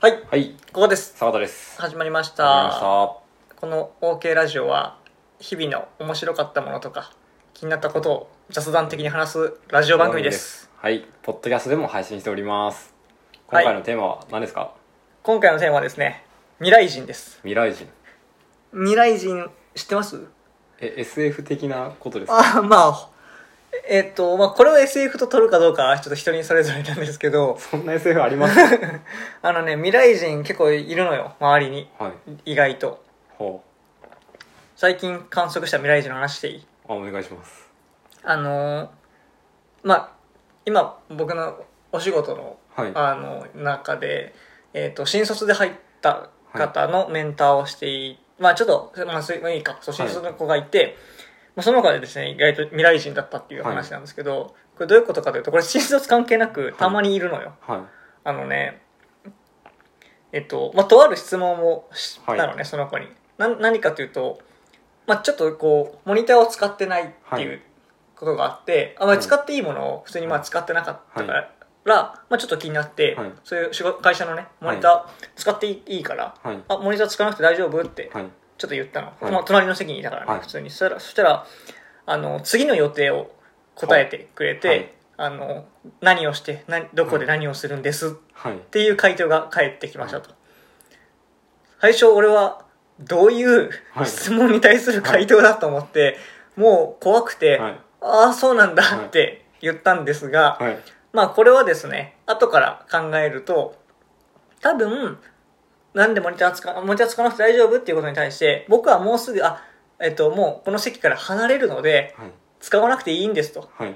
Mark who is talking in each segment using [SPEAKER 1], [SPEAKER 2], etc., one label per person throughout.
[SPEAKER 1] はい、
[SPEAKER 2] はい、
[SPEAKER 1] ここです。
[SPEAKER 2] 澤田です。
[SPEAKER 1] 始まりまし。
[SPEAKER 2] わかりました
[SPEAKER 1] この OK ラジオは、日々の面白かったものとか、気になったことを雑談的に話すラジオ
[SPEAKER 2] た
[SPEAKER 1] 番組です。。
[SPEAKER 2] はい、ポッドキャストでも配信しております。
[SPEAKER 1] は
[SPEAKER 2] 今
[SPEAKER 1] い
[SPEAKER 2] 回のテーマは何ですか、
[SPEAKER 1] 今回のテーマはですね、未来人です。
[SPEAKER 2] 未来人。
[SPEAKER 1] 未来人、知ってます
[SPEAKER 2] え、SF 的なことですか
[SPEAKER 1] あ、まあ、えっと、まあ、これを SF と取るかどうかは、ちょっと人にそれぞれなんですけど、
[SPEAKER 2] そんな SF ありま すはい。
[SPEAKER 1] あのね、未来人結構いるのよ、周りに。意外と。
[SPEAKER 2] ほ。
[SPEAKER 1] 最近観測した未来人の話していいう
[SPEAKER 2] あ、お願いします。
[SPEAKER 1] あのーまあ今僕のお仕事の、
[SPEAKER 2] はい。
[SPEAKER 1] あの中で、えー、と新卒で入った方のメンターをしてい、まあちょっと、まあ、それまあいいかそう新卒の子がいて、まあ、その子でですね意外と未来人だったっていう話なんですけど、これどういうことかというとこれ新卒関係なくたまにいるのよ、
[SPEAKER 2] はい。
[SPEAKER 1] あのねえっと、まあ、とある質問をしたのね、
[SPEAKER 2] は
[SPEAKER 1] その子にな何かというと、まあ、ちょっとこうモニターを使ってないってい
[SPEAKER 2] は
[SPEAKER 1] う
[SPEAKER 2] い
[SPEAKER 1] ことがあって、あま
[SPEAKER 2] は
[SPEAKER 1] り
[SPEAKER 2] い
[SPEAKER 1] 使っていいものを普通にまあ使ってなかったから、
[SPEAKER 2] は
[SPEAKER 1] まあ、ちょっと気になって、
[SPEAKER 2] はい
[SPEAKER 1] そういう仕事会社のねモニター使っていいから、
[SPEAKER 2] はい。
[SPEAKER 1] あモニター使わなくて大丈夫って
[SPEAKER 2] はい。
[SPEAKER 1] ちょっと言ったの、
[SPEAKER 2] はい
[SPEAKER 1] まあ、隣の席にいたからね、
[SPEAKER 2] はい
[SPEAKER 1] 普通にそしたらそしたらあの次の予定を答えてくれて、
[SPEAKER 2] はい
[SPEAKER 1] あの何をして何どこで何をするんです
[SPEAKER 2] は
[SPEAKER 1] っ。
[SPEAKER 2] い
[SPEAKER 1] ていう回答が返ってきましたと、最初俺はどういう
[SPEAKER 2] はい
[SPEAKER 1] 質問に対する回答だと思って、もう怖くて、
[SPEAKER 2] はい。
[SPEAKER 1] ああそうなん
[SPEAKER 2] は
[SPEAKER 1] だ
[SPEAKER 2] い
[SPEAKER 1] って言ったんですが、
[SPEAKER 2] はい。
[SPEAKER 1] まあこれはですね後から考えると多分なんでモニター使モニター使わなくて大丈夫っていうことに対して僕はもうすぐあえっともうこの席から離れるので
[SPEAKER 2] はい。
[SPEAKER 1] 使わなくていいんですと
[SPEAKER 2] はい。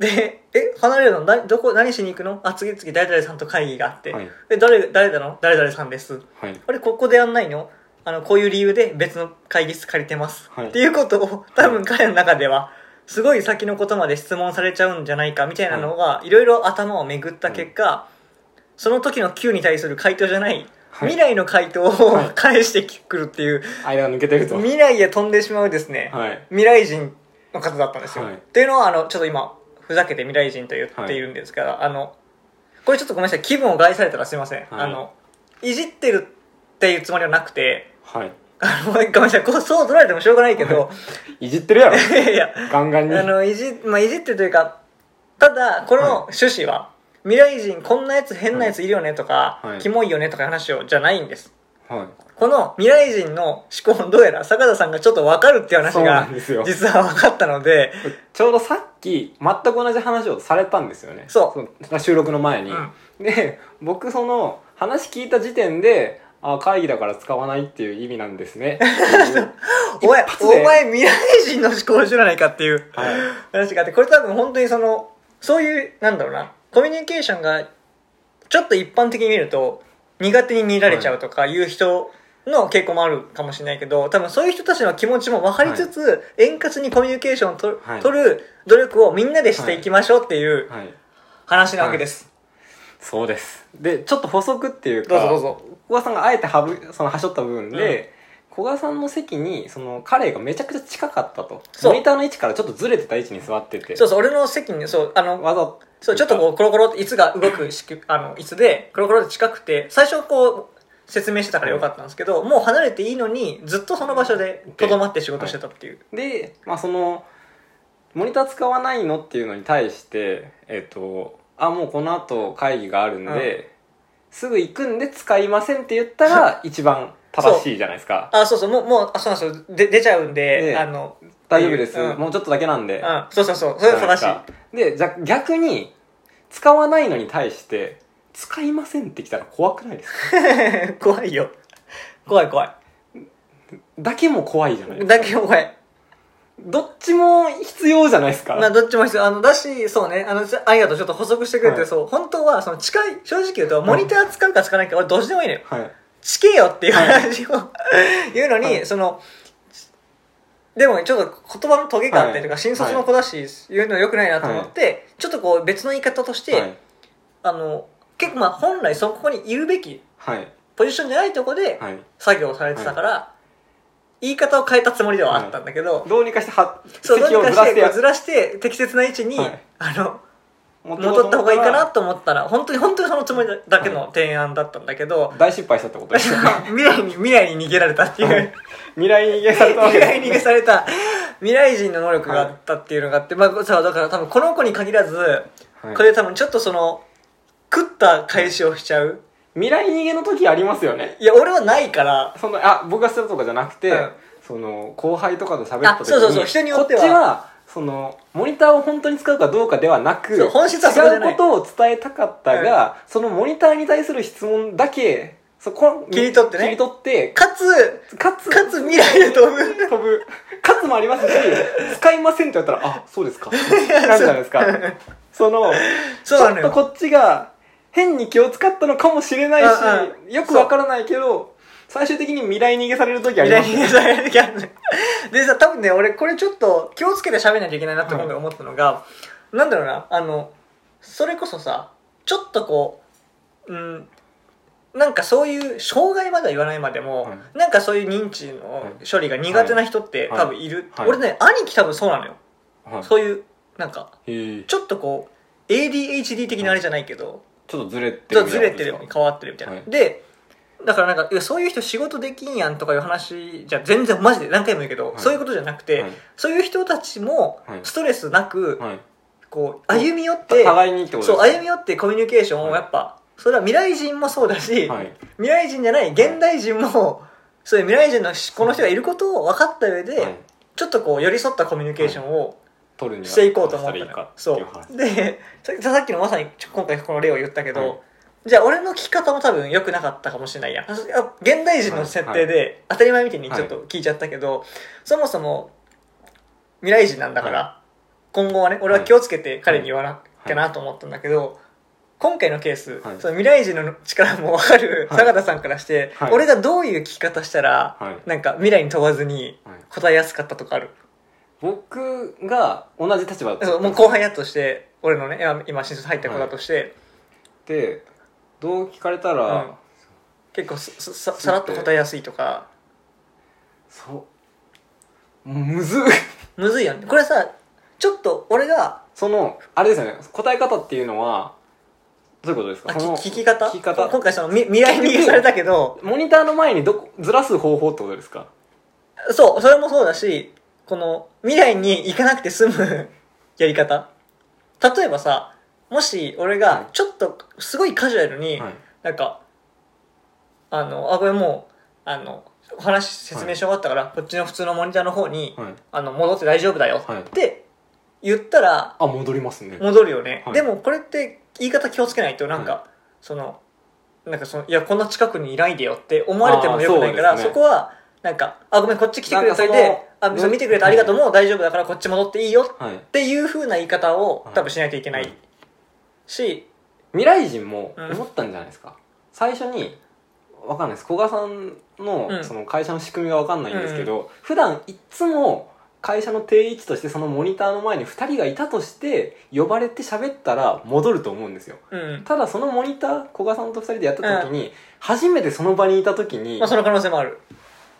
[SPEAKER 1] で「え離れるのなどこ何しに行くのあ次々誰々さんと会議があって、
[SPEAKER 2] はい
[SPEAKER 1] え誰誰だの誰々さんです
[SPEAKER 2] はい。
[SPEAKER 1] あれここでやんないのあのこういう理由で別の会議室借りてます、
[SPEAKER 2] はい
[SPEAKER 1] っていうことを多分彼の中ではすごい先のことまで質問されちゃうんじゃないかみたいなのがいろいろ頭を巡った結果、その時の Q に対する回答じゃない
[SPEAKER 2] はい
[SPEAKER 1] 未来の回答を
[SPEAKER 2] はい
[SPEAKER 1] 返してくるっていう、
[SPEAKER 2] 間が抜けてると。はい。
[SPEAKER 1] 未来へ飛んでしまうですね、
[SPEAKER 2] はい。
[SPEAKER 1] 未来人の方だったんですよ。
[SPEAKER 2] はい
[SPEAKER 1] っていうのはあのちょっと今ふざけて未来人と言っているんですから、あのこれちょっとごめんなさい気分を害されたらすいません、
[SPEAKER 2] はい
[SPEAKER 1] あのいじってるっていうつもりはなくて
[SPEAKER 2] はい。
[SPEAKER 1] あのごめんなさいこうそう取られてもしょうがないけど、
[SPEAKER 2] いじってるや ろ。
[SPEAKER 1] い、やいや
[SPEAKER 2] ガンガンに。
[SPEAKER 1] あのいじ,、まあ、いじってるというかただこの趣旨は、未来人こんなやつ変なやついるよねとか、
[SPEAKER 2] はい
[SPEAKER 1] キモいよねとかいう話をじゃないんです
[SPEAKER 2] は
[SPEAKER 1] この未来人の思考どうやら坂田さんがちょっと分かるっていう
[SPEAKER 2] い。
[SPEAKER 1] 話
[SPEAKER 2] そうな
[SPEAKER 1] が
[SPEAKER 2] んですよ。
[SPEAKER 1] 実は分かったので、
[SPEAKER 2] ちょうどさっき全く同じ話をされたんですよね
[SPEAKER 1] そう
[SPEAKER 2] 収録の前に、
[SPEAKER 1] うん
[SPEAKER 2] で僕その話聞いた時点であ会議だから使わないっていう意味なんで すね
[SPEAKER 1] お前
[SPEAKER 2] 一、発で
[SPEAKER 1] お前未来人の思考を知らないかっていう
[SPEAKER 2] は
[SPEAKER 1] 話があって、これ多分本当にその、そういう、なんだろうな、コミュニケーションが、ちょっと一般的に見ると、苦手に見られちゃうとかいう人の傾向もあるかもしれないけど、多分そういう人たちの気持ちも分かりつつ、円滑にコミュニケーションをと、
[SPEAKER 2] はい
[SPEAKER 1] 取る努力をみんなでしていきましょうってい
[SPEAKER 2] い、
[SPEAKER 1] う
[SPEAKER 2] はい、
[SPEAKER 1] 話なわけです。
[SPEAKER 2] そうですでちょっと補足っていう
[SPEAKER 1] どう
[SPEAKER 2] か
[SPEAKER 1] ぞどうぞ。
[SPEAKER 2] 小川さんがあえてはぶそのはしょった部分で、古賀さんの席にその彼がめちゃくちゃ近かったと
[SPEAKER 1] そう
[SPEAKER 2] モニターの位置からちょっとずれてた位置に座ってて
[SPEAKER 1] そうそう、俺の席に、そう、あの、
[SPEAKER 2] わざと
[SPEAKER 1] そう、ちょっとこう、コロコロって、いつが動くしく、あの、いつで、コロコロって近くて、最初こう、説明してたからよかったんですけど、もう離れていいのに、ずっとその場所で、とどまって仕事してたっていう。
[SPEAKER 2] で、まあ、そのモニター使わないのっていうのに対してえっ、とあもうこの後会議があるんで、
[SPEAKER 1] うん
[SPEAKER 2] すぐ行くんで使いませんって言っ たら一番正しいじゃないですか
[SPEAKER 1] あ、そうそう、もう、もう、あ、そうなんですよ。で、出ちゃうんで、
[SPEAKER 2] ね
[SPEAKER 1] あの、
[SPEAKER 2] 大丈夫です、
[SPEAKER 1] うん
[SPEAKER 2] もうちょっとだけなん
[SPEAKER 1] う
[SPEAKER 2] で、
[SPEAKER 1] ん、そうそうそう、それが正しい。
[SPEAKER 2] でじゃ逆に使わないのに対して使いませんって来たら怖くないですか
[SPEAKER 1] 怖いよ。怖い怖い。
[SPEAKER 2] だけも怖いじゃないですか
[SPEAKER 1] だけど怖い。
[SPEAKER 2] どっちも必要じゃないですか
[SPEAKER 1] まあ、どっちも必要。あの、だし、そうね、あの、ありがとう、ちょっと補足してくれて、
[SPEAKER 2] はい
[SPEAKER 1] そう、本当は、その、近い、正直言うと、モニター使うか使わないか、俺どうしてもいいのよ。
[SPEAKER 2] はい
[SPEAKER 1] ちけよっていう話を、言うのに、
[SPEAKER 2] はい
[SPEAKER 1] その、でもちょっと言葉のトゲがあったりとか、
[SPEAKER 2] はい
[SPEAKER 1] 新卒の子だし、言うの良くないなと思って、ちょっとこう別の言い方として、
[SPEAKER 2] はい
[SPEAKER 1] あの、結構まあ本来そこにいるべき
[SPEAKER 2] はい
[SPEAKER 1] ポジションじゃないとこで
[SPEAKER 2] はい
[SPEAKER 1] 作業されてたから、言い方を変えたつもりではあったんだけど、
[SPEAKER 2] どうにかしては
[SPEAKER 1] そう、
[SPEAKER 2] 席
[SPEAKER 1] どう
[SPEAKER 2] を
[SPEAKER 1] に
[SPEAKER 2] ず
[SPEAKER 1] からして
[SPEAKER 2] せて
[SPEAKER 1] こ
[SPEAKER 2] や
[SPEAKER 1] うずらして適切な位置に、
[SPEAKER 2] はい
[SPEAKER 1] あの、戻った方がいいかな
[SPEAKER 2] 戻っ
[SPEAKER 1] と思ったら本当に本当にそのつもりだけの提案だったんだけど、
[SPEAKER 2] たら大失敗したってことです
[SPEAKER 1] 私
[SPEAKER 2] よね
[SPEAKER 1] は未来に未来に逃げられたっていう
[SPEAKER 2] 未来に逃げされたわ
[SPEAKER 1] 未
[SPEAKER 2] けです
[SPEAKER 1] 来に逃げされた未来人の能力があったっていうのがあって、まあそうだから多分この子に限らず、
[SPEAKER 2] はい
[SPEAKER 1] これ多分ちょっとその食った返しをしちゃう
[SPEAKER 2] 未来逃げの時ありますよね
[SPEAKER 1] いや俺はないから
[SPEAKER 2] そのあ僕がするとかじゃなくて、
[SPEAKER 1] うん
[SPEAKER 2] その後輩とかと喋った時に
[SPEAKER 1] あそうそうそう人によっては
[SPEAKER 2] こっちはそのモニターを本当に使うかどうかではなく
[SPEAKER 1] そう本質はそこじゃ
[SPEAKER 2] 違う
[SPEAKER 1] ない
[SPEAKER 2] ことを伝えたかったが、そのモニターに対する質問だけそこ
[SPEAKER 1] 切り取ってね
[SPEAKER 2] 切り取って
[SPEAKER 1] かつ
[SPEAKER 2] かつ
[SPEAKER 1] かつ未来へ飛ぶ
[SPEAKER 2] 飛ぶカツもありますし使いませんって言ったらあそう ですかなんじゃないですかその
[SPEAKER 1] そうなの
[SPEAKER 2] ちょ
[SPEAKER 1] よ
[SPEAKER 2] っとこっちが変に気を使ったのかもしれないし
[SPEAKER 1] うんうん
[SPEAKER 2] よくわからないけど最終的に未来逃げされる時あり
[SPEAKER 1] 未
[SPEAKER 2] ま
[SPEAKER 1] 来
[SPEAKER 2] す
[SPEAKER 1] に逃げされる時あるのよでさ多分ね俺これちょっと気をつけて喋んなきゃいけないなって今回思ったのが、なんだろうなあのそれこそさちょっとこううんなんかそういう障害までは言わないまでも、
[SPEAKER 2] は
[SPEAKER 1] なんかそういう認知の処理が苦手な人って
[SPEAKER 2] はい
[SPEAKER 1] 多分いる、
[SPEAKER 2] はい
[SPEAKER 1] 俺ね兄貴多分そうなのよ、
[SPEAKER 2] はい
[SPEAKER 1] そういうなんか
[SPEAKER 2] へえ
[SPEAKER 1] ちょっとこう ADHD 的なあれじゃないけど、
[SPEAKER 2] ちょっとずれて
[SPEAKER 1] そうずれてるよ
[SPEAKER 2] みたいなことですか
[SPEAKER 1] 変わってるみたいな、
[SPEAKER 2] はい
[SPEAKER 1] でだからなんかいやそういう人仕事できんやんとかいう話じゃ全然マジで何回も言うけど、
[SPEAKER 2] い
[SPEAKER 1] そういうことじゃなくて、そういう人たちも
[SPEAKER 2] はい
[SPEAKER 1] ストレスなく、
[SPEAKER 2] はい、はい
[SPEAKER 1] こう歩み寄って、
[SPEAKER 2] た互いにってこと
[SPEAKER 1] そう歩み
[SPEAKER 2] み
[SPEAKER 1] 寄ってコミュニケーションをやっぱ、それは未来人もそうだし、
[SPEAKER 2] はい
[SPEAKER 1] 未来人じゃない現代人も、そういう未来人のしこの人がいることを分かった上で、
[SPEAKER 2] はい
[SPEAKER 1] ちょっとこう寄り添ったコミュニケーションを
[SPEAKER 2] 取るには
[SPEAKER 1] していこうと思ったの
[SPEAKER 2] どう
[SPEAKER 1] よ
[SPEAKER 2] したらいいかって
[SPEAKER 1] そ
[SPEAKER 2] い
[SPEAKER 1] う
[SPEAKER 2] う話
[SPEAKER 1] でささっきのまさにちょ今回この例を言ったけど、
[SPEAKER 2] はい
[SPEAKER 1] じゃあ俺の聞き方も多分良くなかったかもしれないやんあ現代人の設定で当たり前みたいにちょっと聞いちゃったけど、そもそも未来人なんだから、今後はね俺は気をつけて彼に言わなきゃなと思ったんだけど、今回のケース、
[SPEAKER 2] はい
[SPEAKER 1] その未来人の力も分かる
[SPEAKER 2] はい
[SPEAKER 1] 坂田さんからして、
[SPEAKER 2] はい
[SPEAKER 1] 俺がどういう聞き方したら、
[SPEAKER 2] はい
[SPEAKER 1] なんか未来に飛ばずに
[SPEAKER 2] はい
[SPEAKER 1] 答えやすかったとかある
[SPEAKER 2] 僕が同じ立場だった
[SPEAKER 1] そうもう後輩だとして俺のね今今新卒入った子だとして、
[SPEAKER 2] でどう聞かれたら、
[SPEAKER 1] うん結構すすささらっと答えやすいとか
[SPEAKER 2] そうむずっ
[SPEAKER 1] むずいよねこれさちょっと俺が
[SPEAKER 2] そのあれですよね答え方っていうのはどういうことです
[SPEAKER 1] あ
[SPEAKER 2] か
[SPEAKER 1] き
[SPEAKER 2] その
[SPEAKER 1] 聞き方
[SPEAKER 2] 聞き方
[SPEAKER 1] 今回そのみ未来にされたけど
[SPEAKER 2] モニターの前にどこずらす方法ってことですか
[SPEAKER 1] そうそれもそうだしこの未来に行かなくて済む やり方例えばさもし俺
[SPEAKER 2] はい
[SPEAKER 1] がちょっとすごいカジュアルに、
[SPEAKER 2] はい
[SPEAKER 1] なんかあのあこれもうあのお話説明し終わったから、こっちの普通のモニターの方に、
[SPEAKER 2] はい
[SPEAKER 1] あの戻って大丈夫だよ
[SPEAKER 2] はい
[SPEAKER 1] って言ったら
[SPEAKER 2] あ戻りますね
[SPEAKER 1] 戻るよね、
[SPEAKER 2] はい
[SPEAKER 1] でもこれって言い方気をつけないとなんか、
[SPEAKER 2] は
[SPEAKER 1] そのなんかそのいやこんな近くにいないでよって思われてもよくないから
[SPEAKER 2] あー
[SPEAKER 1] そ,、
[SPEAKER 2] そうですね
[SPEAKER 1] こはなんか「あごめんこっち来てくれたり
[SPEAKER 2] なんか
[SPEAKER 1] で
[SPEAKER 2] その
[SPEAKER 1] あそう見てくれてありがとうもう大丈夫だからこっち戻っていいよ」っ
[SPEAKER 2] はい
[SPEAKER 1] ていう風な言い方を
[SPEAKER 2] はい
[SPEAKER 1] 多分しないといけな
[SPEAKER 2] はいい
[SPEAKER 1] し、
[SPEAKER 2] 未来人も
[SPEAKER 1] うん
[SPEAKER 2] 思ったんじゃないですか、最初にわかんないです古賀さんの,、
[SPEAKER 1] うん
[SPEAKER 2] その会社の仕組みがわかんないんですけど、普段いっつも会社の定位置としてそのモニターの前に2人がいたとして呼ばれて喋ったら戻ると思うんですよ
[SPEAKER 1] うん
[SPEAKER 2] ただそのモニター古賀さんと2人でやった時に、初めてその場にいた時に、
[SPEAKER 1] まあ、その可能性もある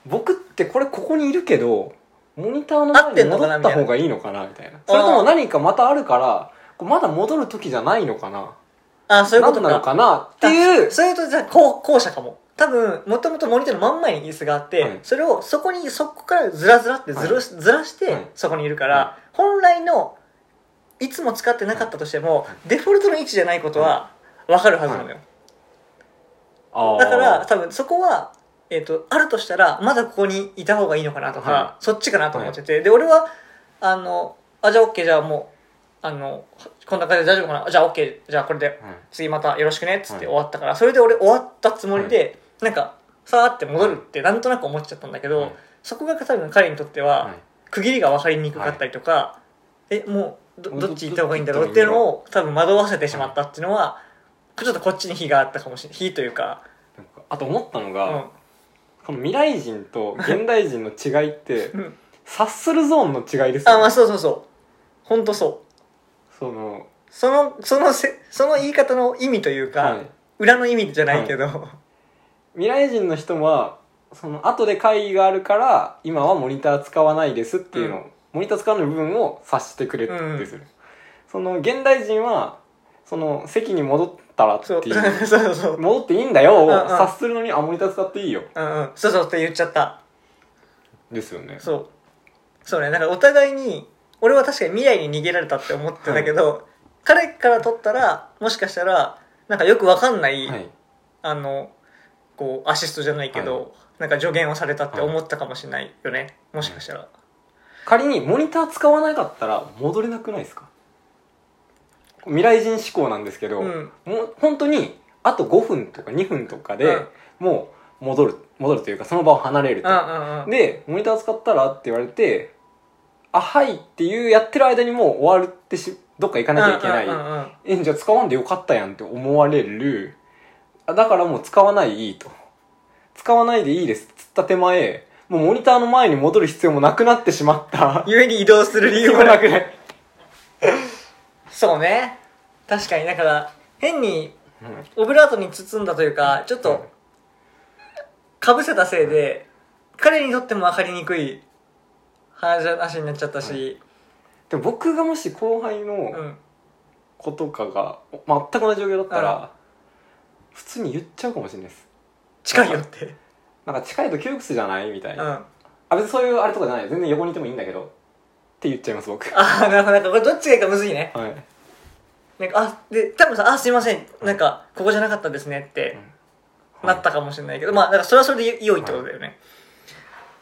[SPEAKER 2] 僕ってこれここにいるけどモニターの前に戻った方がいいのかなみたいなそれとも何かまたあるからこうまだ戻る時じゃないのかな
[SPEAKER 1] あそういうこと
[SPEAKER 2] 何なの
[SPEAKER 1] か
[SPEAKER 2] かなっていう
[SPEAKER 1] あそれとじゃあ後後者かも多分もともとモニターの真ん前に椅子があって、
[SPEAKER 2] はい
[SPEAKER 1] それをそこにそこからずらずらってずら,、
[SPEAKER 2] はい
[SPEAKER 1] ずらして
[SPEAKER 2] はい
[SPEAKER 1] そこにいるから、
[SPEAKER 2] は
[SPEAKER 1] 本来のいつも使ってなかったとしても、デフォルトの位置じゃないことは分かるはずなのよ、
[SPEAKER 2] あー
[SPEAKER 1] だから多分そこは、えっとあるとしたらまだここにいた方がいいのかなとか、
[SPEAKER 2] は
[SPEAKER 1] そっちかなと思ってて、で俺はあのあじゃあ OK じゃあもうあのこんな感じで大丈夫かなじゃあ OK じゃあこれで
[SPEAKER 2] はい
[SPEAKER 1] 次またよろしくねっつって
[SPEAKER 2] はい
[SPEAKER 1] 終わったから、それで俺終わったつもりで、なんかさーって戻るってなんとなく思っちゃったんだけど、
[SPEAKER 2] はい
[SPEAKER 1] そこが多分彼にとっては、
[SPEAKER 2] はい
[SPEAKER 1] 区切りが分かりにくかったりとか、えもうど
[SPEAKER 2] もう
[SPEAKER 1] どっち行った方がいいんだ
[SPEAKER 2] ど
[SPEAKER 1] ろ
[SPEAKER 2] っ
[SPEAKER 1] う
[SPEAKER 2] ち
[SPEAKER 1] っていうのを多分惑わせてしまったっていうのは、ちょっとこっちに火があったかもしれない火というか、
[SPEAKER 2] なんかあと思ったの
[SPEAKER 1] う
[SPEAKER 2] が、
[SPEAKER 1] ん
[SPEAKER 2] この未来人と現代人の違 いって
[SPEAKER 1] うん、
[SPEAKER 2] 察するゾーンの違いですよね
[SPEAKER 1] あまあそうそうそう本当そう
[SPEAKER 2] その
[SPEAKER 1] そのそのせその言い方の意味というか、
[SPEAKER 2] はい
[SPEAKER 1] 裏の意味じゃないけど、
[SPEAKER 2] 未来人の人はその後で会議があるから今はモニター使わないですっていうのを、モニター使わない部分を察してくれって
[SPEAKER 1] うん
[SPEAKER 2] でする、その現代人はその席に戻ったらって
[SPEAKER 1] そう
[SPEAKER 2] い
[SPEAKER 1] そう
[SPEAKER 2] う
[SPEAKER 1] そうそう
[SPEAKER 2] 戻っていいんだよを
[SPEAKER 1] うんうん
[SPEAKER 2] 察するのにあモニター使っていいよ
[SPEAKER 1] うんうんそうそうって言っちゃった
[SPEAKER 2] ですよね
[SPEAKER 1] そうそうねなんかお互いに俺は確かに未来に逃げられたって思ってたけど、彼から取ったらもしかしたらなんかよくわかんない、
[SPEAKER 2] はい
[SPEAKER 1] あのこうアシストじゃないけど、なんか助言をされたって思ったかもしれないよね、もしかしたら、
[SPEAKER 2] 仮にモニター使わなかったら戻れなくないですか未来人思考なんですけど、
[SPEAKER 1] うん
[SPEAKER 2] もう本当にあと5分とか2分とかで、もう戻る戻るというかその場を離れる
[SPEAKER 1] う
[SPEAKER 2] と、
[SPEAKER 1] んうんうん
[SPEAKER 2] でモニター使ったらって言われてあはいっていうやってる間にもう終わるってしどっか行かなきゃいけない、
[SPEAKER 1] うんうんうんうん
[SPEAKER 2] えじゃあ使わんでよかったやんって思われるあだからもう使わないでいいと使わないでいいですっつった手前もうモニターの前に戻る必要もなくなってしまった
[SPEAKER 1] 故に移動する理由
[SPEAKER 2] 必
[SPEAKER 1] も
[SPEAKER 2] 要
[SPEAKER 1] な
[SPEAKER 2] な
[SPEAKER 1] く
[SPEAKER 2] くない、
[SPEAKER 1] そうね確かにだから変に
[SPEAKER 2] うん
[SPEAKER 1] オブラートに包んだというかちょっとかぶせたせいで彼にとっても分かりにくい話話になっちゃったし、
[SPEAKER 2] でも僕がもし後輩
[SPEAKER 1] う
[SPEAKER 2] の
[SPEAKER 1] ん
[SPEAKER 2] 子とかが全く同じ状況だったら普通に言っちゃうかもしれないです
[SPEAKER 1] 近いよって
[SPEAKER 2] なんか近いと窮屈じゃないみたいな、
[SPEAKER 1] うん
[SPEAKER 2] あ別にそういうあれとかじゃない全然横にいてもいいんだけどって言っちゃいます僕は
[SPEAKER 1] ああなるほどなんかこれどっちがいいかむずいね
[SPEAKER 2] い
[SPEAKER 1] なんかあで多分さ「あすいませんなんかここじゃなかったですね」ってなったかもしれないけど、まあだからそれはそれで良いってことだよね、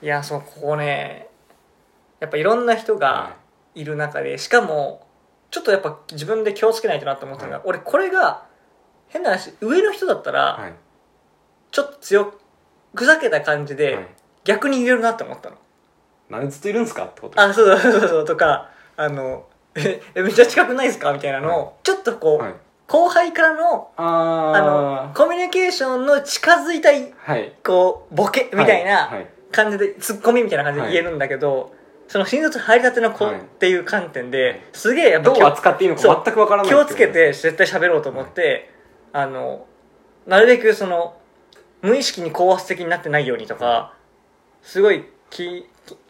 [SPEAKER 1] い、やそうここねやっぱいろんな人
[SPEAKER 2] はい
[SPEAKER 1] がいる中でしかもちょっとやっぱ自分で気をつけないとなと思ったのが、
[SPEAKER 2] は
[SPEAKER 1] 俺これが変な話上の人だったら、
[SPEAKER 2] はい
[SPEAKER 1] ちょっと強くふざけた感じ
[SPEAKER 2] はい、
[SPEAKER 1] で逆に言えるなって思ったの、
[SPEAKER 2] なんでずっといるんすかってこと
[SPEAKER 1] あそうだそうだそうだとかあのええめっちゃ近くないですかみたいなのを、ちょっとこう、
[SPEAKER 2] はい、
[SPEAKER 1] 後輩からの
[SPEAKER 2] あ
[SPEAKER 1] あの
[SPEAKER 2] あ
[SPEAKER 1] コミュニケーションの近づいたい
[SPEAKER 2] はい
[SPEAKER 1] こうボケみたい
[SPEAKER 2] は
[SPEAKER 1] ない感じで、ツッコミみたいな感じで言えるんだけど、その新卒入りたての子
[SPEAKER 2] はい
[SPEAKER 1] っていう観点で、
[SPEAKER 2] はい
[SPEAKER 1] すげえやっぱ
[SPEAKER 2] ど
[SPEAKER 1] 気
[SPEAKER 2] う
[SPEAKER 1] を
[SPEAKER 2] 扱っていいの
[SPEAKER 1] そう
[SPEAKER 2] か全くわからない
[SPEAKER 1] 気をつけて絶対喋ろうと思って、あのなるべくその無意識に高圧的になってないようにとかすごい気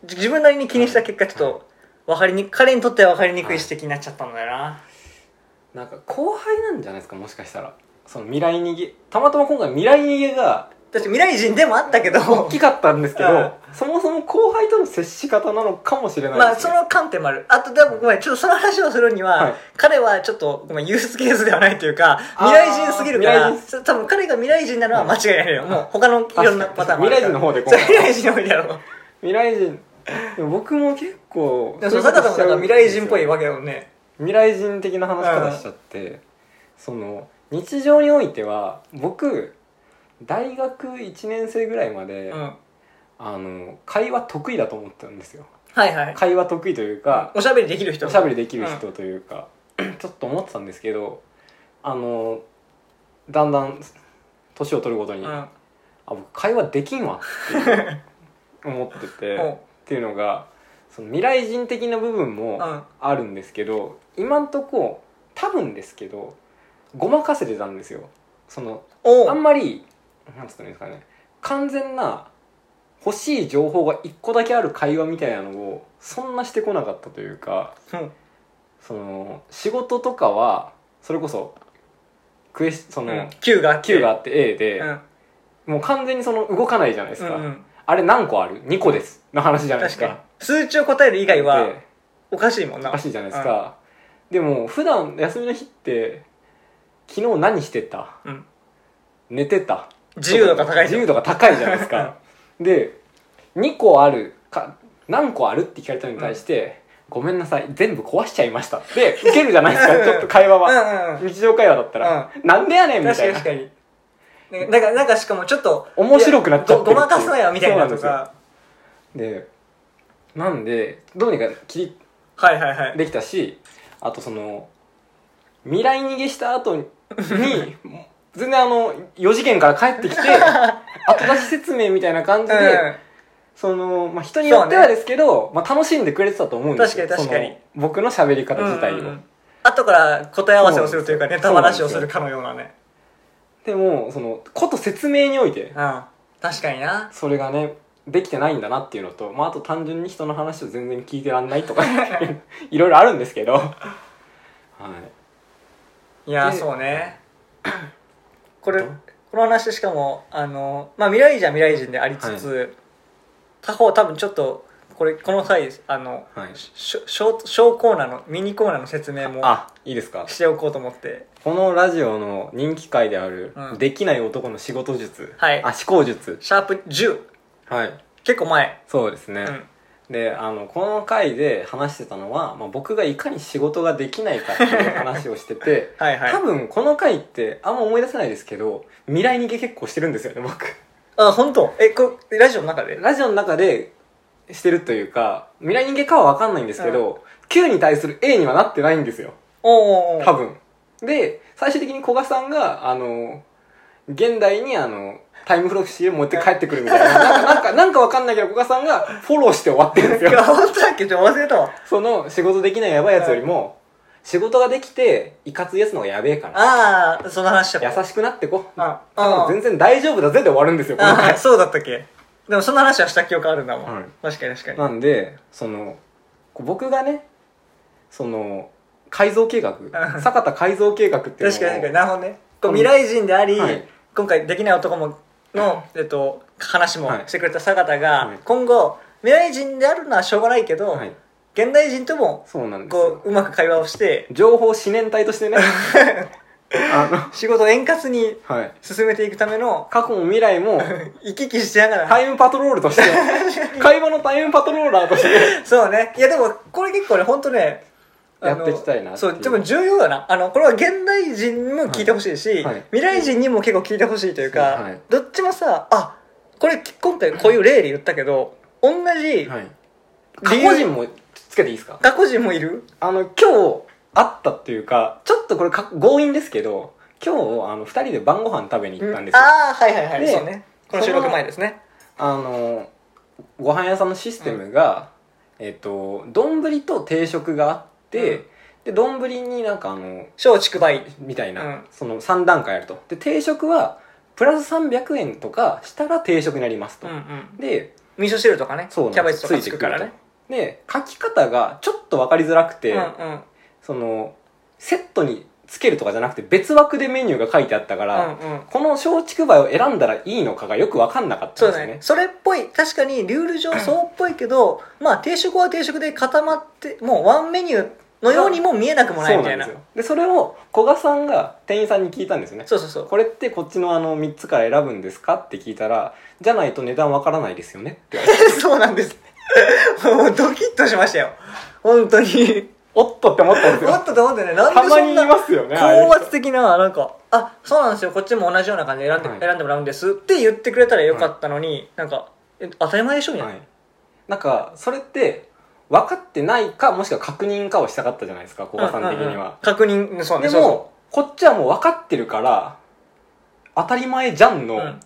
[SPEAKER 1] 気自分なりに気にした結果ちょっと分かりに彼にとっては分かりにくい指摘になっちゃったんだよな、
[SPEAKER 2] なんか後輩なんじゃないですかもしかしたらその未来逃げたまたま今回未来逃げが
[SPEAKER 1] だって未来人でもあったけど
[SPEAKER 2] 大きかったんですけ
[SPEAKER 1] うん
[SPEAKER 2] どそもそも後輩との接し方なのかもしれな
[SPEAKER 1] ま
[SPEAKER 2] い
[SPEAKER 1] あ
[SPEAKER 2] です
[SPEAKER 1] そ
[SPEAKER 2] ね、
[SPEAKER 1] の観点もあるあとでもごめんちょっとその話をするには、
[SPEAKER 2] はい
[SPEAKER 1] 彼はちょっとごめんユースケースではないというか
[SPEAKER 2] あー
[SPEAKER 1] 未来人すぎるから
[SPEAKER 2] 未来
[SPEAKER 1] 多分彼が未来人なのは間違いないのよ、もう他のいろんなパターンもあるから
[SPEAKER 2] 確かに未来人の方でこう
[SPEAKER 1] そう未来人の方でやろう
[SPEAKER 2] 未来人でも僕も結構
[SPEAKER 1] でもそう坂田もだから未来人っぽい
[SPEAKER 2] わ
[SPEAKER 1] わけだもんね
[SPEAKER 2] 未来人的な話し方しちゃって、その日常においては僕大学1年生ぐらいまで、
[SPEAKER 1] うんは
[SPEAKER 2] あの会話得意だと思ったんですよ
[SPEAKER 1] いはい
[SPEAKER 2] 会話得意というか、
[SPEAKER 1] おしゃべりできる人
[SPEAKER 2] おしゃべりできる人というか、 ちょっと思ってたんですけどあのだんだん年を取るごとに、
[SPEAKER 1] うん
[SPEAKER 2] あ僕会話できんわっていう 思ってて
[SPEAKER 1] うん
[SPEAKER 2] っ、ていうのがその未来人的な部分
[SPEAKER 1] う
[SPEAKER 2] も
[SPEAKER 1] んあ
[SPEAKER 2] あるんですけど今んとこ多分ですけどごまかせてたんですよその
[SPEAKER 1] お
[SPEAKER 2] あん
[SPEAKER 1] う
[SPEAKER 2] まりなんつったらいいんですかね完全な欲しい情報が一個だけある会話みたいなのをそんなしてこなかったというか
[SPEAKER 1] うん
[SPEAKER 2] その仕事とかはそれこそクエスその、
[SPEAKER 1] うん、Q があって
[SPEAKER 2] Q があって A で、
[SPEAKER 1] うん
[SPEAKER 2] もう完全にその動かないじゃないです
[SPEAKER 1] う
[SPEAKER 2] か、
[SPEAKER 1] んうん
[SPEAKER 2] あれ何個ある2個ですの話じゃない
[SPEAKER 1] 確
[SPEAKER 2] です
[SPEAKER 1] か
[SPEAKER 2] か
[SPEAKER 1] に数値を答える以外は
[SPEAKER 2] で
[SPEAKER 1] おかしいもん
[SPEAKER 2] お
[SPEAKER 1] な
[SPEAKER 2] かしいじゃないですか、でも普段休みの日って昨日何してた
[SPEAKER 1] うん、
[SPEAKER 2] 寝てた
[SPEAKER 1] 自由度が高い
[SPEAKER 2] 自由度が高いじゃないですかで2個あるか何個あるって聞かれたのに対して、ごめんなさい全部壊しちゃいましたで受けるじゃないです
[SPEAKER 1] うんう
[SPEAKER 2] か
[SPEAKER 1] ん
[SPEAKER 2] ちょっと会話は、
[SPEAKER 1] うんうん
[SPEAKER 2] 日常会話だったら、なんでやねんみ
[SPEAKER 1] 確
[SPEAKER 2] た
[SPEAKER 1] かに
[SPEAKER 2] い
[SPEAKER 1] 確
[SPEAKER 2] な
[SPEAKER 1] かにねなんかなんかしかもちょっと
[SPEAKER 2] 面白くなっちゃってるってい
[SPEAKER 1] ご
[SPEAKER 2] う
[SPEAKER 1] ごまかすなよみたいなと
[SPEAKER 2] そう
[SPEAKER 1] か
[SPEAKER 2] でなんでどうにか切り
[SPEAKER 1] はいはいはい
[SPEAKER 2] できたしあとその未来逃げした後に全然あの4次元から帰 ってきて後出し説明みたいな感じで、その、まあ、人によってはですけど、まあ、楽しんでくれてたと思うんですよ
[SPEAKER 1] 確かに確かに
[SPEAKER 2] その僕の喋り
[SPEAKER 1] う
[SPEAKER 2] 方
[SPEAKER 1] ん
[SPEAKER 2] 自体
[SPEAKER 1] う
[SPEAKER 2] を、
[SPEAKER 1] んうん後から答え合わせをするというかネタばらしをするかのようなね
[SPEAKER 2] でもそのこと説明において
[SPEAKER 1] うん確かにな
[SPEAKER 2] それがねできてないんだなっていうのと、まあ、あと単純に人の話を全 然聞いてらんないとかいろいろあるんですけど、はい、
[SPEAKER 1] いや
[SPEAKER 2] で
[SPEAKER 1] そうねこれ
[SPEAKER 2] ど
[SPEAKER 1] この話しかもあの、まあ、未来人は未来人でありつつ、他方多分ちょっとこれこの回あの
[SPEAKER 2] はい
[SPEAKER 1] ショショートショーコーナーのミニコーナーの説明も
[SPEAKER 2] あいいですか
[SPEAKER 1] しておこうと思って
[SPEAKER 2] このラジオの人気回である、
[SPEAKER 1] うん
[SPEAKER 2] できない男の仕事術、
[SPEAKER 1] はい
[SPEAKER 2] あ思考術
[SPEAKER 1] シャープ10
[SPEAKER 2] はい
[SPEAKER 1] 結構前、
[SPEAKER 2] そうですね、
[SPEAKER 1] うん
[SPEAKER 2] であのこの回で話してたのは、まあ、僕がいかに仕事ができないかっていう話をしてて
[SPEAKER 1] はいはい
[SPEAKER 2] 多分この回ってあんま思い出せないですけど未来逃げ結構してるんですよね僕
[SPEAKER 1] あ本当えこれラジオの中で
[SPEAKER 2] ラジオの中でしてるというか未来逃げかは分かんないんですけど、Q に対する A にはなってないんですよ
[SPEAKER 1] おーおーおー
[SPEAKER 2] 多分で最終的に古賀さんがあの現代にあのタイムフロクシーを持って帰ってくるみたいななんかなんかなんかわかんないけど古賀さんがフォローして終わってるんです
[SPEAKER 1] い
[SPEAKER 2] よ
[SPEAKER 1] や本当だっけちょっと忘れたわ
[SPEAKER 2] その仕事できないやばいやつよりも、仕事ができていかついやつの方がやべえから
[SPEAKER 1] ああその話だった
[SPEAKER 2] 優しくなってこ
[SPEAKER 1] あ
[SPEAKER 2] 多分全然大丈夫だぜで終わるんですよこの
[SPEAKER 1] あ
[SPEAKER 2] 回
[SPEAKER 1] あそうだったっけでもそんな話はした記憶あるんだもん、
[SPEAKER 2] はい
[SPEAKER 1] 確かに確かに
[SPEAKER 2] なんでそのこう僕がねその改造計画
[SPEAKER 1] ん
[SPEAKER 2] 坂田改造計画っていうのを
[SPEAKER 1] 確かに確かになるほどねこう
[SPEAKER 2] うん
[SPEAKER 1] 未来人であり、
[SPEAKER 2] はい
[SPEAKER 1] 今回できない男もの、えっと、話も
[SPEAKER 2] はい
[SPEAKER 1] してくれた坂田が、
[SPEAKER 2] はい
[SPEAKER 1] 今後未来人であるのはしょうがないけど、
[SPEAKER 2] はい、
[SPEAKER 1] 現代人とも
[SPEAKER 2] そうなんですよ
[SPEAKER 1] こううまく会話をして
[SPEAKER 2] 情報四年隊 としてねあ
[SPEAKER 1] 仕事を円滑に
[SPEAKER 2] のはい
[SPEAKER 1] 進めていくための
[SPEAKER 2] 過去も未来も
[SPEAKER 1] 行き来しながら、
[SPEAKER 2] タイムパトロールとして 会話のタイムパトローラーとして
[SPEAKER 1] そうねいやでもこれ結構ね本当ねあの
[SPEAKER 2] やっていきたいなっていう
[SPEAKER 1] そうでも重要だなあのこれは現代人も聞いてほしいし、
[SPEAKER 2] いはい
[SPEAKER 1] 未来人にも結構聞いてほしいというか、
[SPEAKER 2] そうはい
[SPEAKER 1] どっちもさあこれ今回こういう例で言ったけど同じ
[SPEAKER 2] はい過去人もつけていいですか
[SPEAKER 1] 過去人もいる
[SPEAKER 2] あの今日あったっていうかちょっとこれか強引ですけど今日あの二人で晩ご飯食べに行ったんですよ、
[SPEAKER 1] ああはいはいはい
[SPEAKER 2] で
[SPEAKER 1] そうねこの収録前ですね
[SPEAKER 2] あのご飯屋さんのシステムが、えっと丼と定食があっ
[SPEAKER 1] う
[SPEAKER 2] て、
[SPEAKER 1] ん
[SPEAKER 2] で丼になんかあの
[SPEAKER 1] 松竹梅
[SPEAKER 2] みたいな、
[SPEAKER 1] うん
[SPEAKER 2] その3段階やるとで定食はプラス300円とかしたら定食になります
[SPEAKER 1] うん
[SPEAKER 2] と、
[SPEAKER 1] うん
[SPEAKER 2] で
[SPEAKER 1] 味噌汁とかねキ
[SPEAKER 2] そうなん
[SPEAKER 1] ャベツとか
[SPEAKER 2] つい
[SPEAKER 1] つ
[SPEAKER 2] て
[SPEAKER 1] く
[SPEAKER 2] く
[SPEAKER 1] か
[SPEAKER 2] る
[SPEAKER 1] ら
[SPEAKER 2] と
[SPEAKER 1] ね
[SPEAKER 2] で書き方がちょっと分かりづらく
[SPEAKER 1] う
[SPEAKER 2] て、
[SPEAKER 1] んうん
[SPEAKER 2] そのセットにつけるとかじゃなくて別枠でメニューが書いてあったか
[SPEAKER 1] う
[SPEAKER 2] ら、
[SPEAKER 1] んうん
[SPEAKER 2] この松竹梅を選んだらいいのかがよく分かんなかっ
[SPEAKER 1] そ
[SPEAKER 2] た
[SPEAKER 1] う
[SPEAKER 2] んです
[SPEAKER 1] だ
[SPEAKER 2] よ
[SPEAKER 1] ね
[SPEAKER 2] ね
[SPEAKER 1] それっぽい確かにルール上そうっぽいけ どまあ定食は定食で固まってもうワンメニューのようにも見えなくもない
[SPEAKER 2] そう
[SPEAKER 1] みた
[SPEAKER 2] ないん
[SPEAKER 1] な
[SPEAKER 2] ですよでそれを古賀さんが店員さんに聞いたんですよね
[SPEAKER 1] そうそうそう
[SPEAKER 2] これってこっちのあの3つから選ぶんですかって聞いたらじゃないと値段分からないですよねって言われて
[SPEAKER 1] そう なんですもうドキッとしましたよ本当に
[SPEAKER 2] おっとって思ったんです
[SPEAKER 1] も
[SPEAKER 2] よ
[SPEAKER 1] っとと思ってね なんで
[SPEAKER 2] たま
[SPEAKER 1] そ
[SPEAKER 2] に
[SPEAKER 1] ん
[SPEAKER 2] い
[SPEAKER 1] な
[SPEAKER 2] ますよねああいう
[SPEAKER 1] 高
[SPEAKER 2] 人
[SPEAKER 1] 圧的ななんか「あそうなんですよこっちも同じような感じで選んで,、
[SPEAKER 2] はい
[SPEAKER 1] 選んでもらうんです」って言ってくれたらよかったのに、なんかえ当たり前でしょみたい
[SPEAKER 2] は
[SPEAKER 1] な、
[SPEAKER 2] い、なんかそれって分かってないかもしくは確認かをしたかったじゃないですか古賀さん的
[SPEAKER 1] うんうん
[SPEAKER 2] に
[SPEAKER 1] うん
[SPEAKER 2] は、
[SPEAKER 1] 確認そうね
[SPEAKER 2] でもこっちはもう分かってるから当たり前じゃん
[SPEAKER 1] そうそう、う
[SPEAKER 2] の
[SPEAKER 1] ん、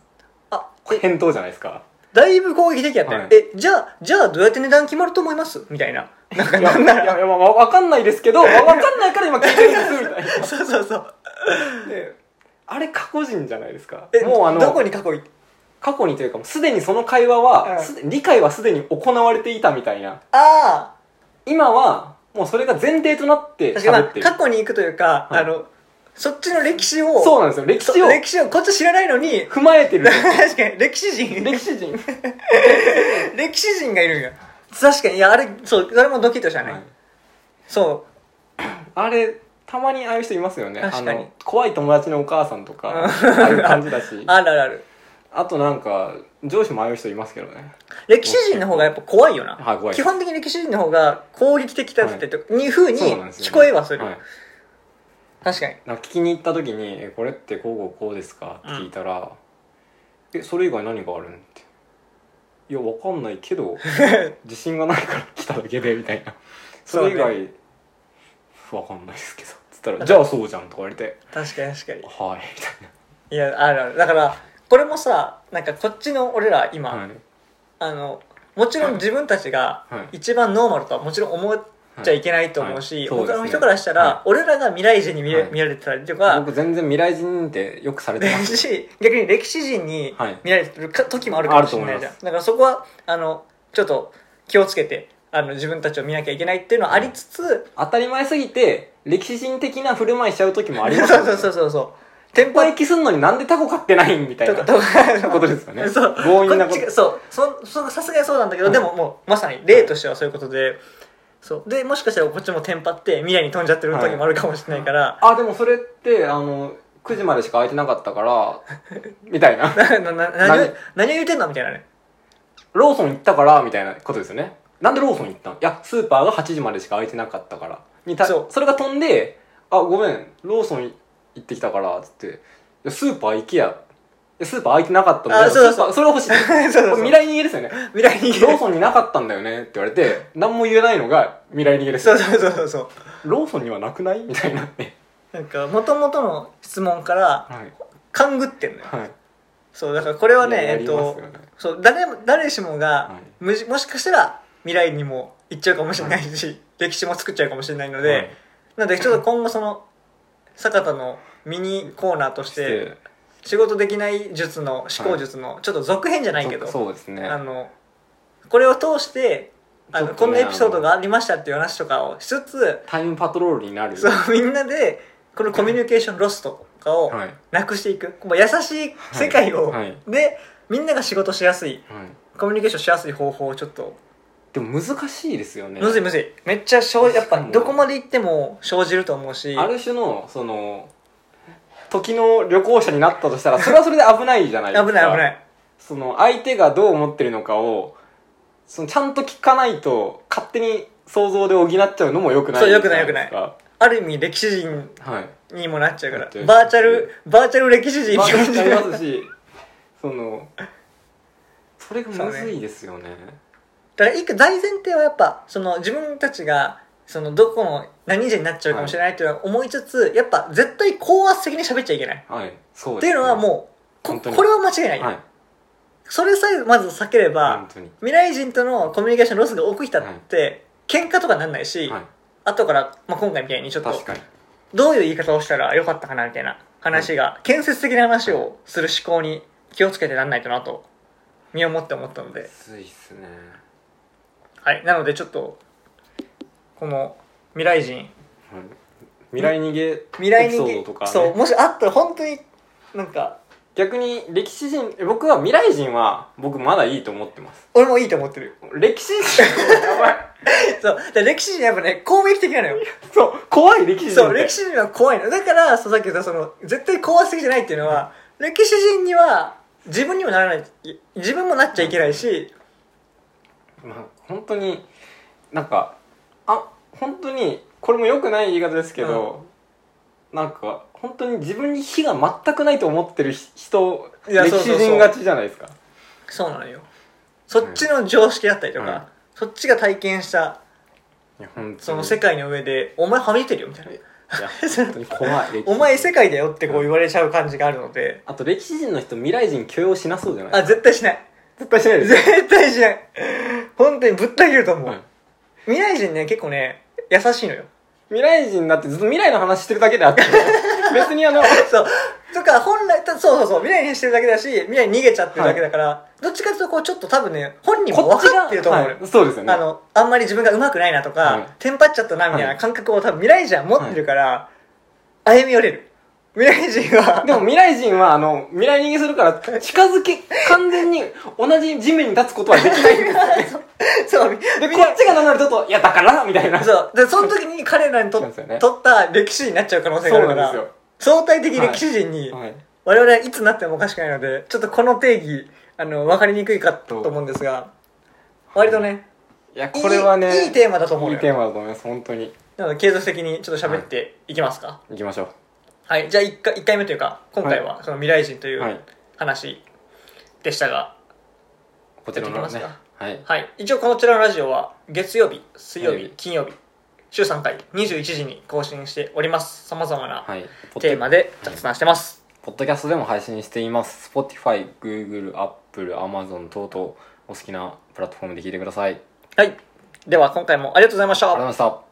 [SPEAKER 1] あえ
[SPEAKER 2] 返答じゃないですか、
[SPEAKER 1] だいぶ攻撃的やったよ、
[SPEAKER 2] はい
[SPEAKER 1] えじゃあじゃあどうやって値段決まると思いますみたいななんか
[SPEAKER 2] いや
[SPEAKER 1] なんなら
[SPEAKER 2] いやいやまあわ分かんないですけど分かんないから今聞いてるんですみたいな
[SPEAKER 1] そうそうそう
[SPEAKER 2] であれ過去人じゃないですか
[SPEAKER 1] え
[SPEAKER 2] もうあの
[SPEAKER 1] どこに過去い
[SPEAKER 2] 過去にというかもうすでにその会話は、
[SPEAKER 1] うん
[SPEAKER 2] すで理解はすでに行われていたみたいな
[SPEAKER 1] ああ
[SPEAKER 2] 今はもうそれが前提となって
[SPEAKER 1] 確かに
[SPEAKER 2] 喋
[SPEAKER 1] ま
[SPEAKER 2] っ
[SPEAKER 1] あ
[SPEAKER 2] てる
[SPEAKER 1] 過去に行くというか、
[SPEAKER 2] はい
[SPEAKER 1] あのそっちの歴史を
[SPEAKER 2] そうなんですよ歴
[SPEAKER 1] そ
[SPEAKER 2] 史を
[SPEAKER 1] 歴史をこっち知らないのに
[SPEAKER 2] 踏まえてる
[SPEAKER 1] 確かに歴史人
[SPEAKER 2] 歴史人、
[SPEAKER 1] 歴史人がいるんや確かにいやあれそうそれもドキッとしたね、
[SPEAKER 2] はい
[SPEAKER 1] そ
[SPEAKER 2] あれたまにああいう人いますよね
[SPEAKER 1] 確かに
[SPEAKER 2] あの怖い友達のお母さんとか
[SPEAKER 1] うん
[SPEAKER 2] ああいう感じだし
[SPEAKER 1] う あるあるある
[SPEAKER 2] あとなんか上司もああいう人いますけどね
[SPEAKER 1] 歴史人の方がやっぱ怖いよな、
[SPEAKER 2] はい怖い
[SPEAKER 1] 基本的に歴史人の方が攻撃的だってと、いうふうに
[SPEAKER 2] そうなんですよね
[SPEAKER 1] 聞こえはする
[SPEAKER 2] はい
[SPEAKER 1] 確かに
[SPEAKER 2] なんか聞きに行った時に「えこれってこうこうこうですか?」って聞いたら「えそれ以外何があるん?」って「いやわかんないけ ど自信がないから来ただけで」みたいな「それ以
[SPEAKER 1] そう
[SPEAKER 2] 外わかんないですけど」つったら「じゃあそうじゃん」とか言われて
[SPEAKER 1] 確かに確か
[SPEAKER 2] 「はい」みたい
[SPEAKER 1] にいやあるあるだからこれもさなんかこっちの俺ら今、
[SPEAKER 2] な、はい
[SPEAKER 1] あのもちろん自分たちが
[SPEAKER 2] はい
[SPEAKER 1] 一番ノーマルとはもちろん思っちゃいけないと思う
[SPEAKER 2] はいは
[SPEAKER 1] し、
[SPEAKER 2] いそうで
[SPEAKER 1] 他
[SPEAKER 2] すね
[SPEAKER 1] の人からしたら、
[SPEAKER 2] は
[SPEAKER 1] 俺らが未来人に見,、
[SPEAKER 2] はい
[SPEAKER 1] 見られてたりとか
[SPEAKER 2] 僕全然未来人ってよくされて
[SPEAKER 1] だ
[SPEAKER 2] ます
[SPEAKER 1] し逆に歴史人に
[SPEAKER 2] はい
[SPEAKER 1] 見られてるか時もあるかもしれないじゃん、
[SPEAKER 2] あると思いま
[SPEAKER 1] だからそこはあのちょっと気をつけてあの自分たちを見なきゃいけないっていうのはありつつ、
[SPEAKER 2] 当たり前すぎて歴史人的な振る舞いしちゃう時もあり
[SPEAKER 1] そ
[SPEAKER 2] ま
[SPEAKER 1] う
[SPEAKER 2] すよね
[SPEAKER 1] そうそうそうそうテン
[SPEAKER 2] 先
[SPEAKER 1] パり
[SPEAKER 2] 輩きすんのになんでタコ買ってないんみた
[SPEAKER 1] と
[SPEAKER 2] いな
[SPEAKER 1] か
[SPEAKER 2] こと
[SPEAKER 1] か
[SPEAKER 2] とですよね
[SPEAKER 1] そう
[SPEAKER 2] 強引なこ
[SPEAKER 1] こっちが
[SPEAKER 2] と
[SPEAKER 1] そうそそさすがにそうなんだけど、
[SPEAKER 2] うん
[SPEAKER 1] でももうまさに例としてはそういうことでそうでもしかしたらこっちもテンパって未来に飛んじゃってる時もあるかもしれないから、
[SPEAKER 2] あでもそれってあの9時までしか空いてなかったから みたいな
[SPEAKER 1] ななな何を何を言うてんのみたいなね
[SPEAKER 2] ローソン行ったからみたいなことですよねなんでローソン行ったのいやスーパーが8時までしか空いてなかったからにた
[SPEAKER 1] そ
[SPEAKER 2] そうれが飛んで「あごめんローソンい行ってきたから」っつっていや「スーパー行けや」いやスーパー空いてなかったみたい
[SPEAKER 1] あ
[SPEAKER 2] な
[SPEAKER 1] そう そうそう
[SPEAKER 2] スーパーそれが欲しい
[SPEAKER 1] そうそう
[SPEAKER 2] これ未来逃げですよね
[SPEAKER 1] 未来 に
[SPEAKER 2] ローソンになかったんだよねって言われて何も言えないのが未来逃げです
[SPEAKER 1] そうそうそうそうそう
[SPEAKER 2] ローソンにはなくないみ たいなね
[SPEAKER 1] なんかもともとの質問から
[SPEAKER 2] はい
[SPEAKER 1] 勘ぐってんのよ
[SPEAKER 2] はい
[SPEAKER 1] そうだからこれはね
[SPEAKER 2] や
[SPEAKER 1] えっ
[SPEAKER 2] ります
[SPEAKER 1] と
[SPEAKER 2] よね
[SPEAKER 1] そう誰も誰しもが、
[SPEAKER 2] はい
[SPEAKER 1] むしもしかしたら未来にも行っちゃうかもしれないし、歴史も作っちゃうかもしれないので、
[SPEAKER 2] はい
[SPEAKER 1] なんでちょっと今後その坂田のミニコーナーとし
[SPEAKER 2] して
[SPEAKER 1] て仕事できない術の思考術のちょっと続編じゃないけど、
[SPEAKER 2] そそうですね
[SPEAKER 1] あのこれを通してあの、
[SPEAKER 2] ちょっと
[SPEAKER 1] こん
[SPEAKER 2] ね
[SPEAKER 1] なエピソードがありましたっていう話とかをしつつ
[SPEAKER 2] タイムパトロールになる
[SPEAKER 1] そうみんなでこのコミュニケーションロスとかを
[SPEAKER 2] はい
[SPEAKER 1] なくしていく、もう優しい世界を、
[SPEAKER 2] はい
[SPEAKER 1] でみんなが仕事しやすい
[SPEAKER 2] はい
[SPEAKER 1] コミュニケーションしやすい方法をちょっと
[SPEAKER 2] でも難しいですよね
[SPEAKER 1] むずいむずいめっちゃ生やっぱ
[SPEAKER 2] しかも
[SPEAKER 1] どこまで行っても生じると思うし
[SPEAKER 2] ある種のその時の旅行者になったとしたらそれはそれで危ないじゃない
[SPEAKER 1] 危
[SPEAKER 2] です
[SPEAKER 1] な
[SPEAKER 2] か
[SPEAKER 1] い 危ない
[SPEAKER 2] その相手がどう思ってるのかをそのちゃんと聞かないと勝手に想像で補っちゃうのもよくない
[SPEAKER 1] そう良くない良くない
[SPEAKER 2] じゃ
[SPEAKER 1] ある意味歴史人
[SPEAKER 2] ですかはい
[SPEAKER 1] にもなっちゃうから
[SPEAKER 2] なっちゃう
[SPEAKER 1] バーチャルバーチャル歴史人
[SPEAKER 2] まあ
[SPEAKER 1] に
[SPEAKER 2] なり
[SPEAKER 1] な
[SPEAKER 2] ますしそのそれがむずいですよね
[SPEAKER 1] だから一個大前提はやっぱその自分たちがそのどこの何時になっちゃうかもしれないっていうのは思いつつ、やっぱ絶対高圧的に喋っちゃいけない、
[SPEAKER 2] はいそう
[SPEAKER 1] って
[SPEAKER 2] で
[SPEAKER 1] い
[SPEAKER 2] す
[SPEAKER 1] うのはもうこ
[SPEAKER 2] 本当に
[SPEAKER 1] これは間違いない、
[SPEAKER 2] はい
[SPEAKER 1] それさえまず避ければ、
[SPEAKER 2] 本当に
[SPEAKER 1] 未来人とのコミュニケーションロスが多くきたって、喧嘩とかなんないし、
[SPEAKER 2] はい
[SPEAKER 1] 後から、まあ、今回みたいにちょっと
[SPEAKER 2] 確かに
[SPEAKER 1] どういう言い方をしたらよかったかなみたいな話が、建設的な話をする思考に気をつけてなんないとなと身をもって思ったので、
[SPEAKER 2] ついっすね
[SPEAKER 1] はい、なのでちょっとこの未来人
[SPEAKER 2] はい未来逃げ
[SPEAKER 1] 未来
[SPEAKER 2] エピソ
[SPEAKER 1] 人
[SPEAKER 2] ードとかね
[SPEAKER 1] そうもしあったら本当になんか
[SPEAKER 2] 逆に歴史人え僕は未来人は僕まだいいと思ってます
[SPEAKER 1] 俺もいいと思ってる
[SPEAKER 2] 歴史人やばい
[SPEAKER 1] そうで歴史人やっぱね攻撃的なの よ
[SPEAKER 2] そう怖い歴史人
[SPEAKER 1] そう歴
[SPEAKER 2] 史
[SPEAKER 1] 史人は怖いのだからそうさっき言ったその絶対怖すぎじゃないっていうのは歴史人には自分にもならないい自分もなっちゃいけないし
[SPEAKER 2] まあ本当になんかあ本当にこれも良くない言い方ですけど、なんか本当に自分に非が全くないと思ってる人
[SPEAKER 1] いや
[SPEAKER 2] 歴
[SPEAKER 1] そうそうそう
[SPEAKER 2] 史人勝ちじゃないですか
[SPEAKER 1] そうなのよそっちの常識だったりとか、
[SPEAKER 2] うん
[SPEAKER 1] そっちが体験した
[SPEAKER 2] いや本当に
[SPEAKER 1] その世界の上で「お前はみ出てるよ」みたいな
[SPEAKER 2] 界本当に怖い歴
[SPEAKER 1] 「
[SPEAKER 2] 史
[SPEAKER 1] お前世界だよ」ってこう言われちゃう感じがあるので
[SPEAKER 2] あと歴史人の人未来人許容しなそうじゃない
[SPEAKER 1] あ絶対しない
[SPEAKER 2] 絶対しないです
[SPEAKER 1] 絶対しない本当にぶった切ると思う、
[SPEAKER 2] はい
[SPEAKER 1] 未来人ね結構ね優しいのよ
[SPEAKER 2] 未来人だってずっと未来の話してるだけ であって別にあの
[SPEAKER 1] そうとか本来たそうそうそう未来にしてるだけだし未来に逃げちゃってるだけだから、どっちかというとこうちょっと多分ね本人も分かってると思うのよ、
[SPEAKER 2] はいそうですよね
[SPEAKER 1] あのあんまり自分がうまくないなとか、
[SPEAKER 2] はい
[SPEAKER 1] テンパっちゃったなみたいな感覚を多分未来人は持ってるから、歩み寄れる未来人は
[SPEAKER 2] でも未来人はあの未来逃げするから近づけ完全に同じ地面に立つことはできないん ですよ
[SPEAKER 1] そう
[SPEAKER 2] で
[SPEAKER 1] み
[SPEAKER 2] こっちがなるとちょっといやだからみたいなそう
[SPEAKER 1] そうでその時に彼らにと
[SPEAKER 2] そうですよね
[SPEAKER 1] 取った歴史になっちゃう可能性がある
[SPEAKER 2] な
[SPEAKER 1] か
[SPEAKER 2] んで
[SPEAKER 1] ら
[SPEAKER 2] すよ、
[SPEAKER 1] 相対的歴史人に、
[SPEAKER 2] はい、
[SPEAKER 1] 我々はいつなってもおかしくないのでちょっとこの定義あの分かりにくいかと思うんですが割とね
[SPEAKER 2] いや
[SPEAKER 1] いい
[SPEAKER 2] これはね
[SPEAKER 1] いいテーマだと思うよ
[SPEAKER 2] いいテーマだと思います本当に
[SPEAKER 1] なので継続的にちょっと喋っていきますか
[SPEAKER 2] 行きましょ
[SPEAKER 1] はい、じゃあ 1, 回一回目というか今回はその未来人という
[SPEAKER 2] はいう
[SPEAKER 1] 話でしたが、
[SPEAKER 2] こちら
[SPEAKER 1] や
[SPEAKER 2] の
[SPEAKER 1] ってい
[SPEAKER 2] ね
[SPEAKER 1] きます
[SPEAKER 2] はい
[SPEAKER 1] はい一応こちらのラジオは月曜日水曜
[SPEAKER 2] 水曜
[SPEAKER 1] 日
[SPEAKER 2] 日
[SPEAKER 1] 金曜日週3回21時に更新しておりますさまざまな
[SPEAKER 2] はいポッド
[SPEAKER 1] テーマで雑談してます、
[SPEAKER 2] ポッドキャストでも配信しています Spotify、Google、Apple、Amazon 等々お好きなプラットフォームで聞いてくださいありがとう
[SPEAKER 1] はい、では今回もありがとうございました
[SPEAKER 2] ございました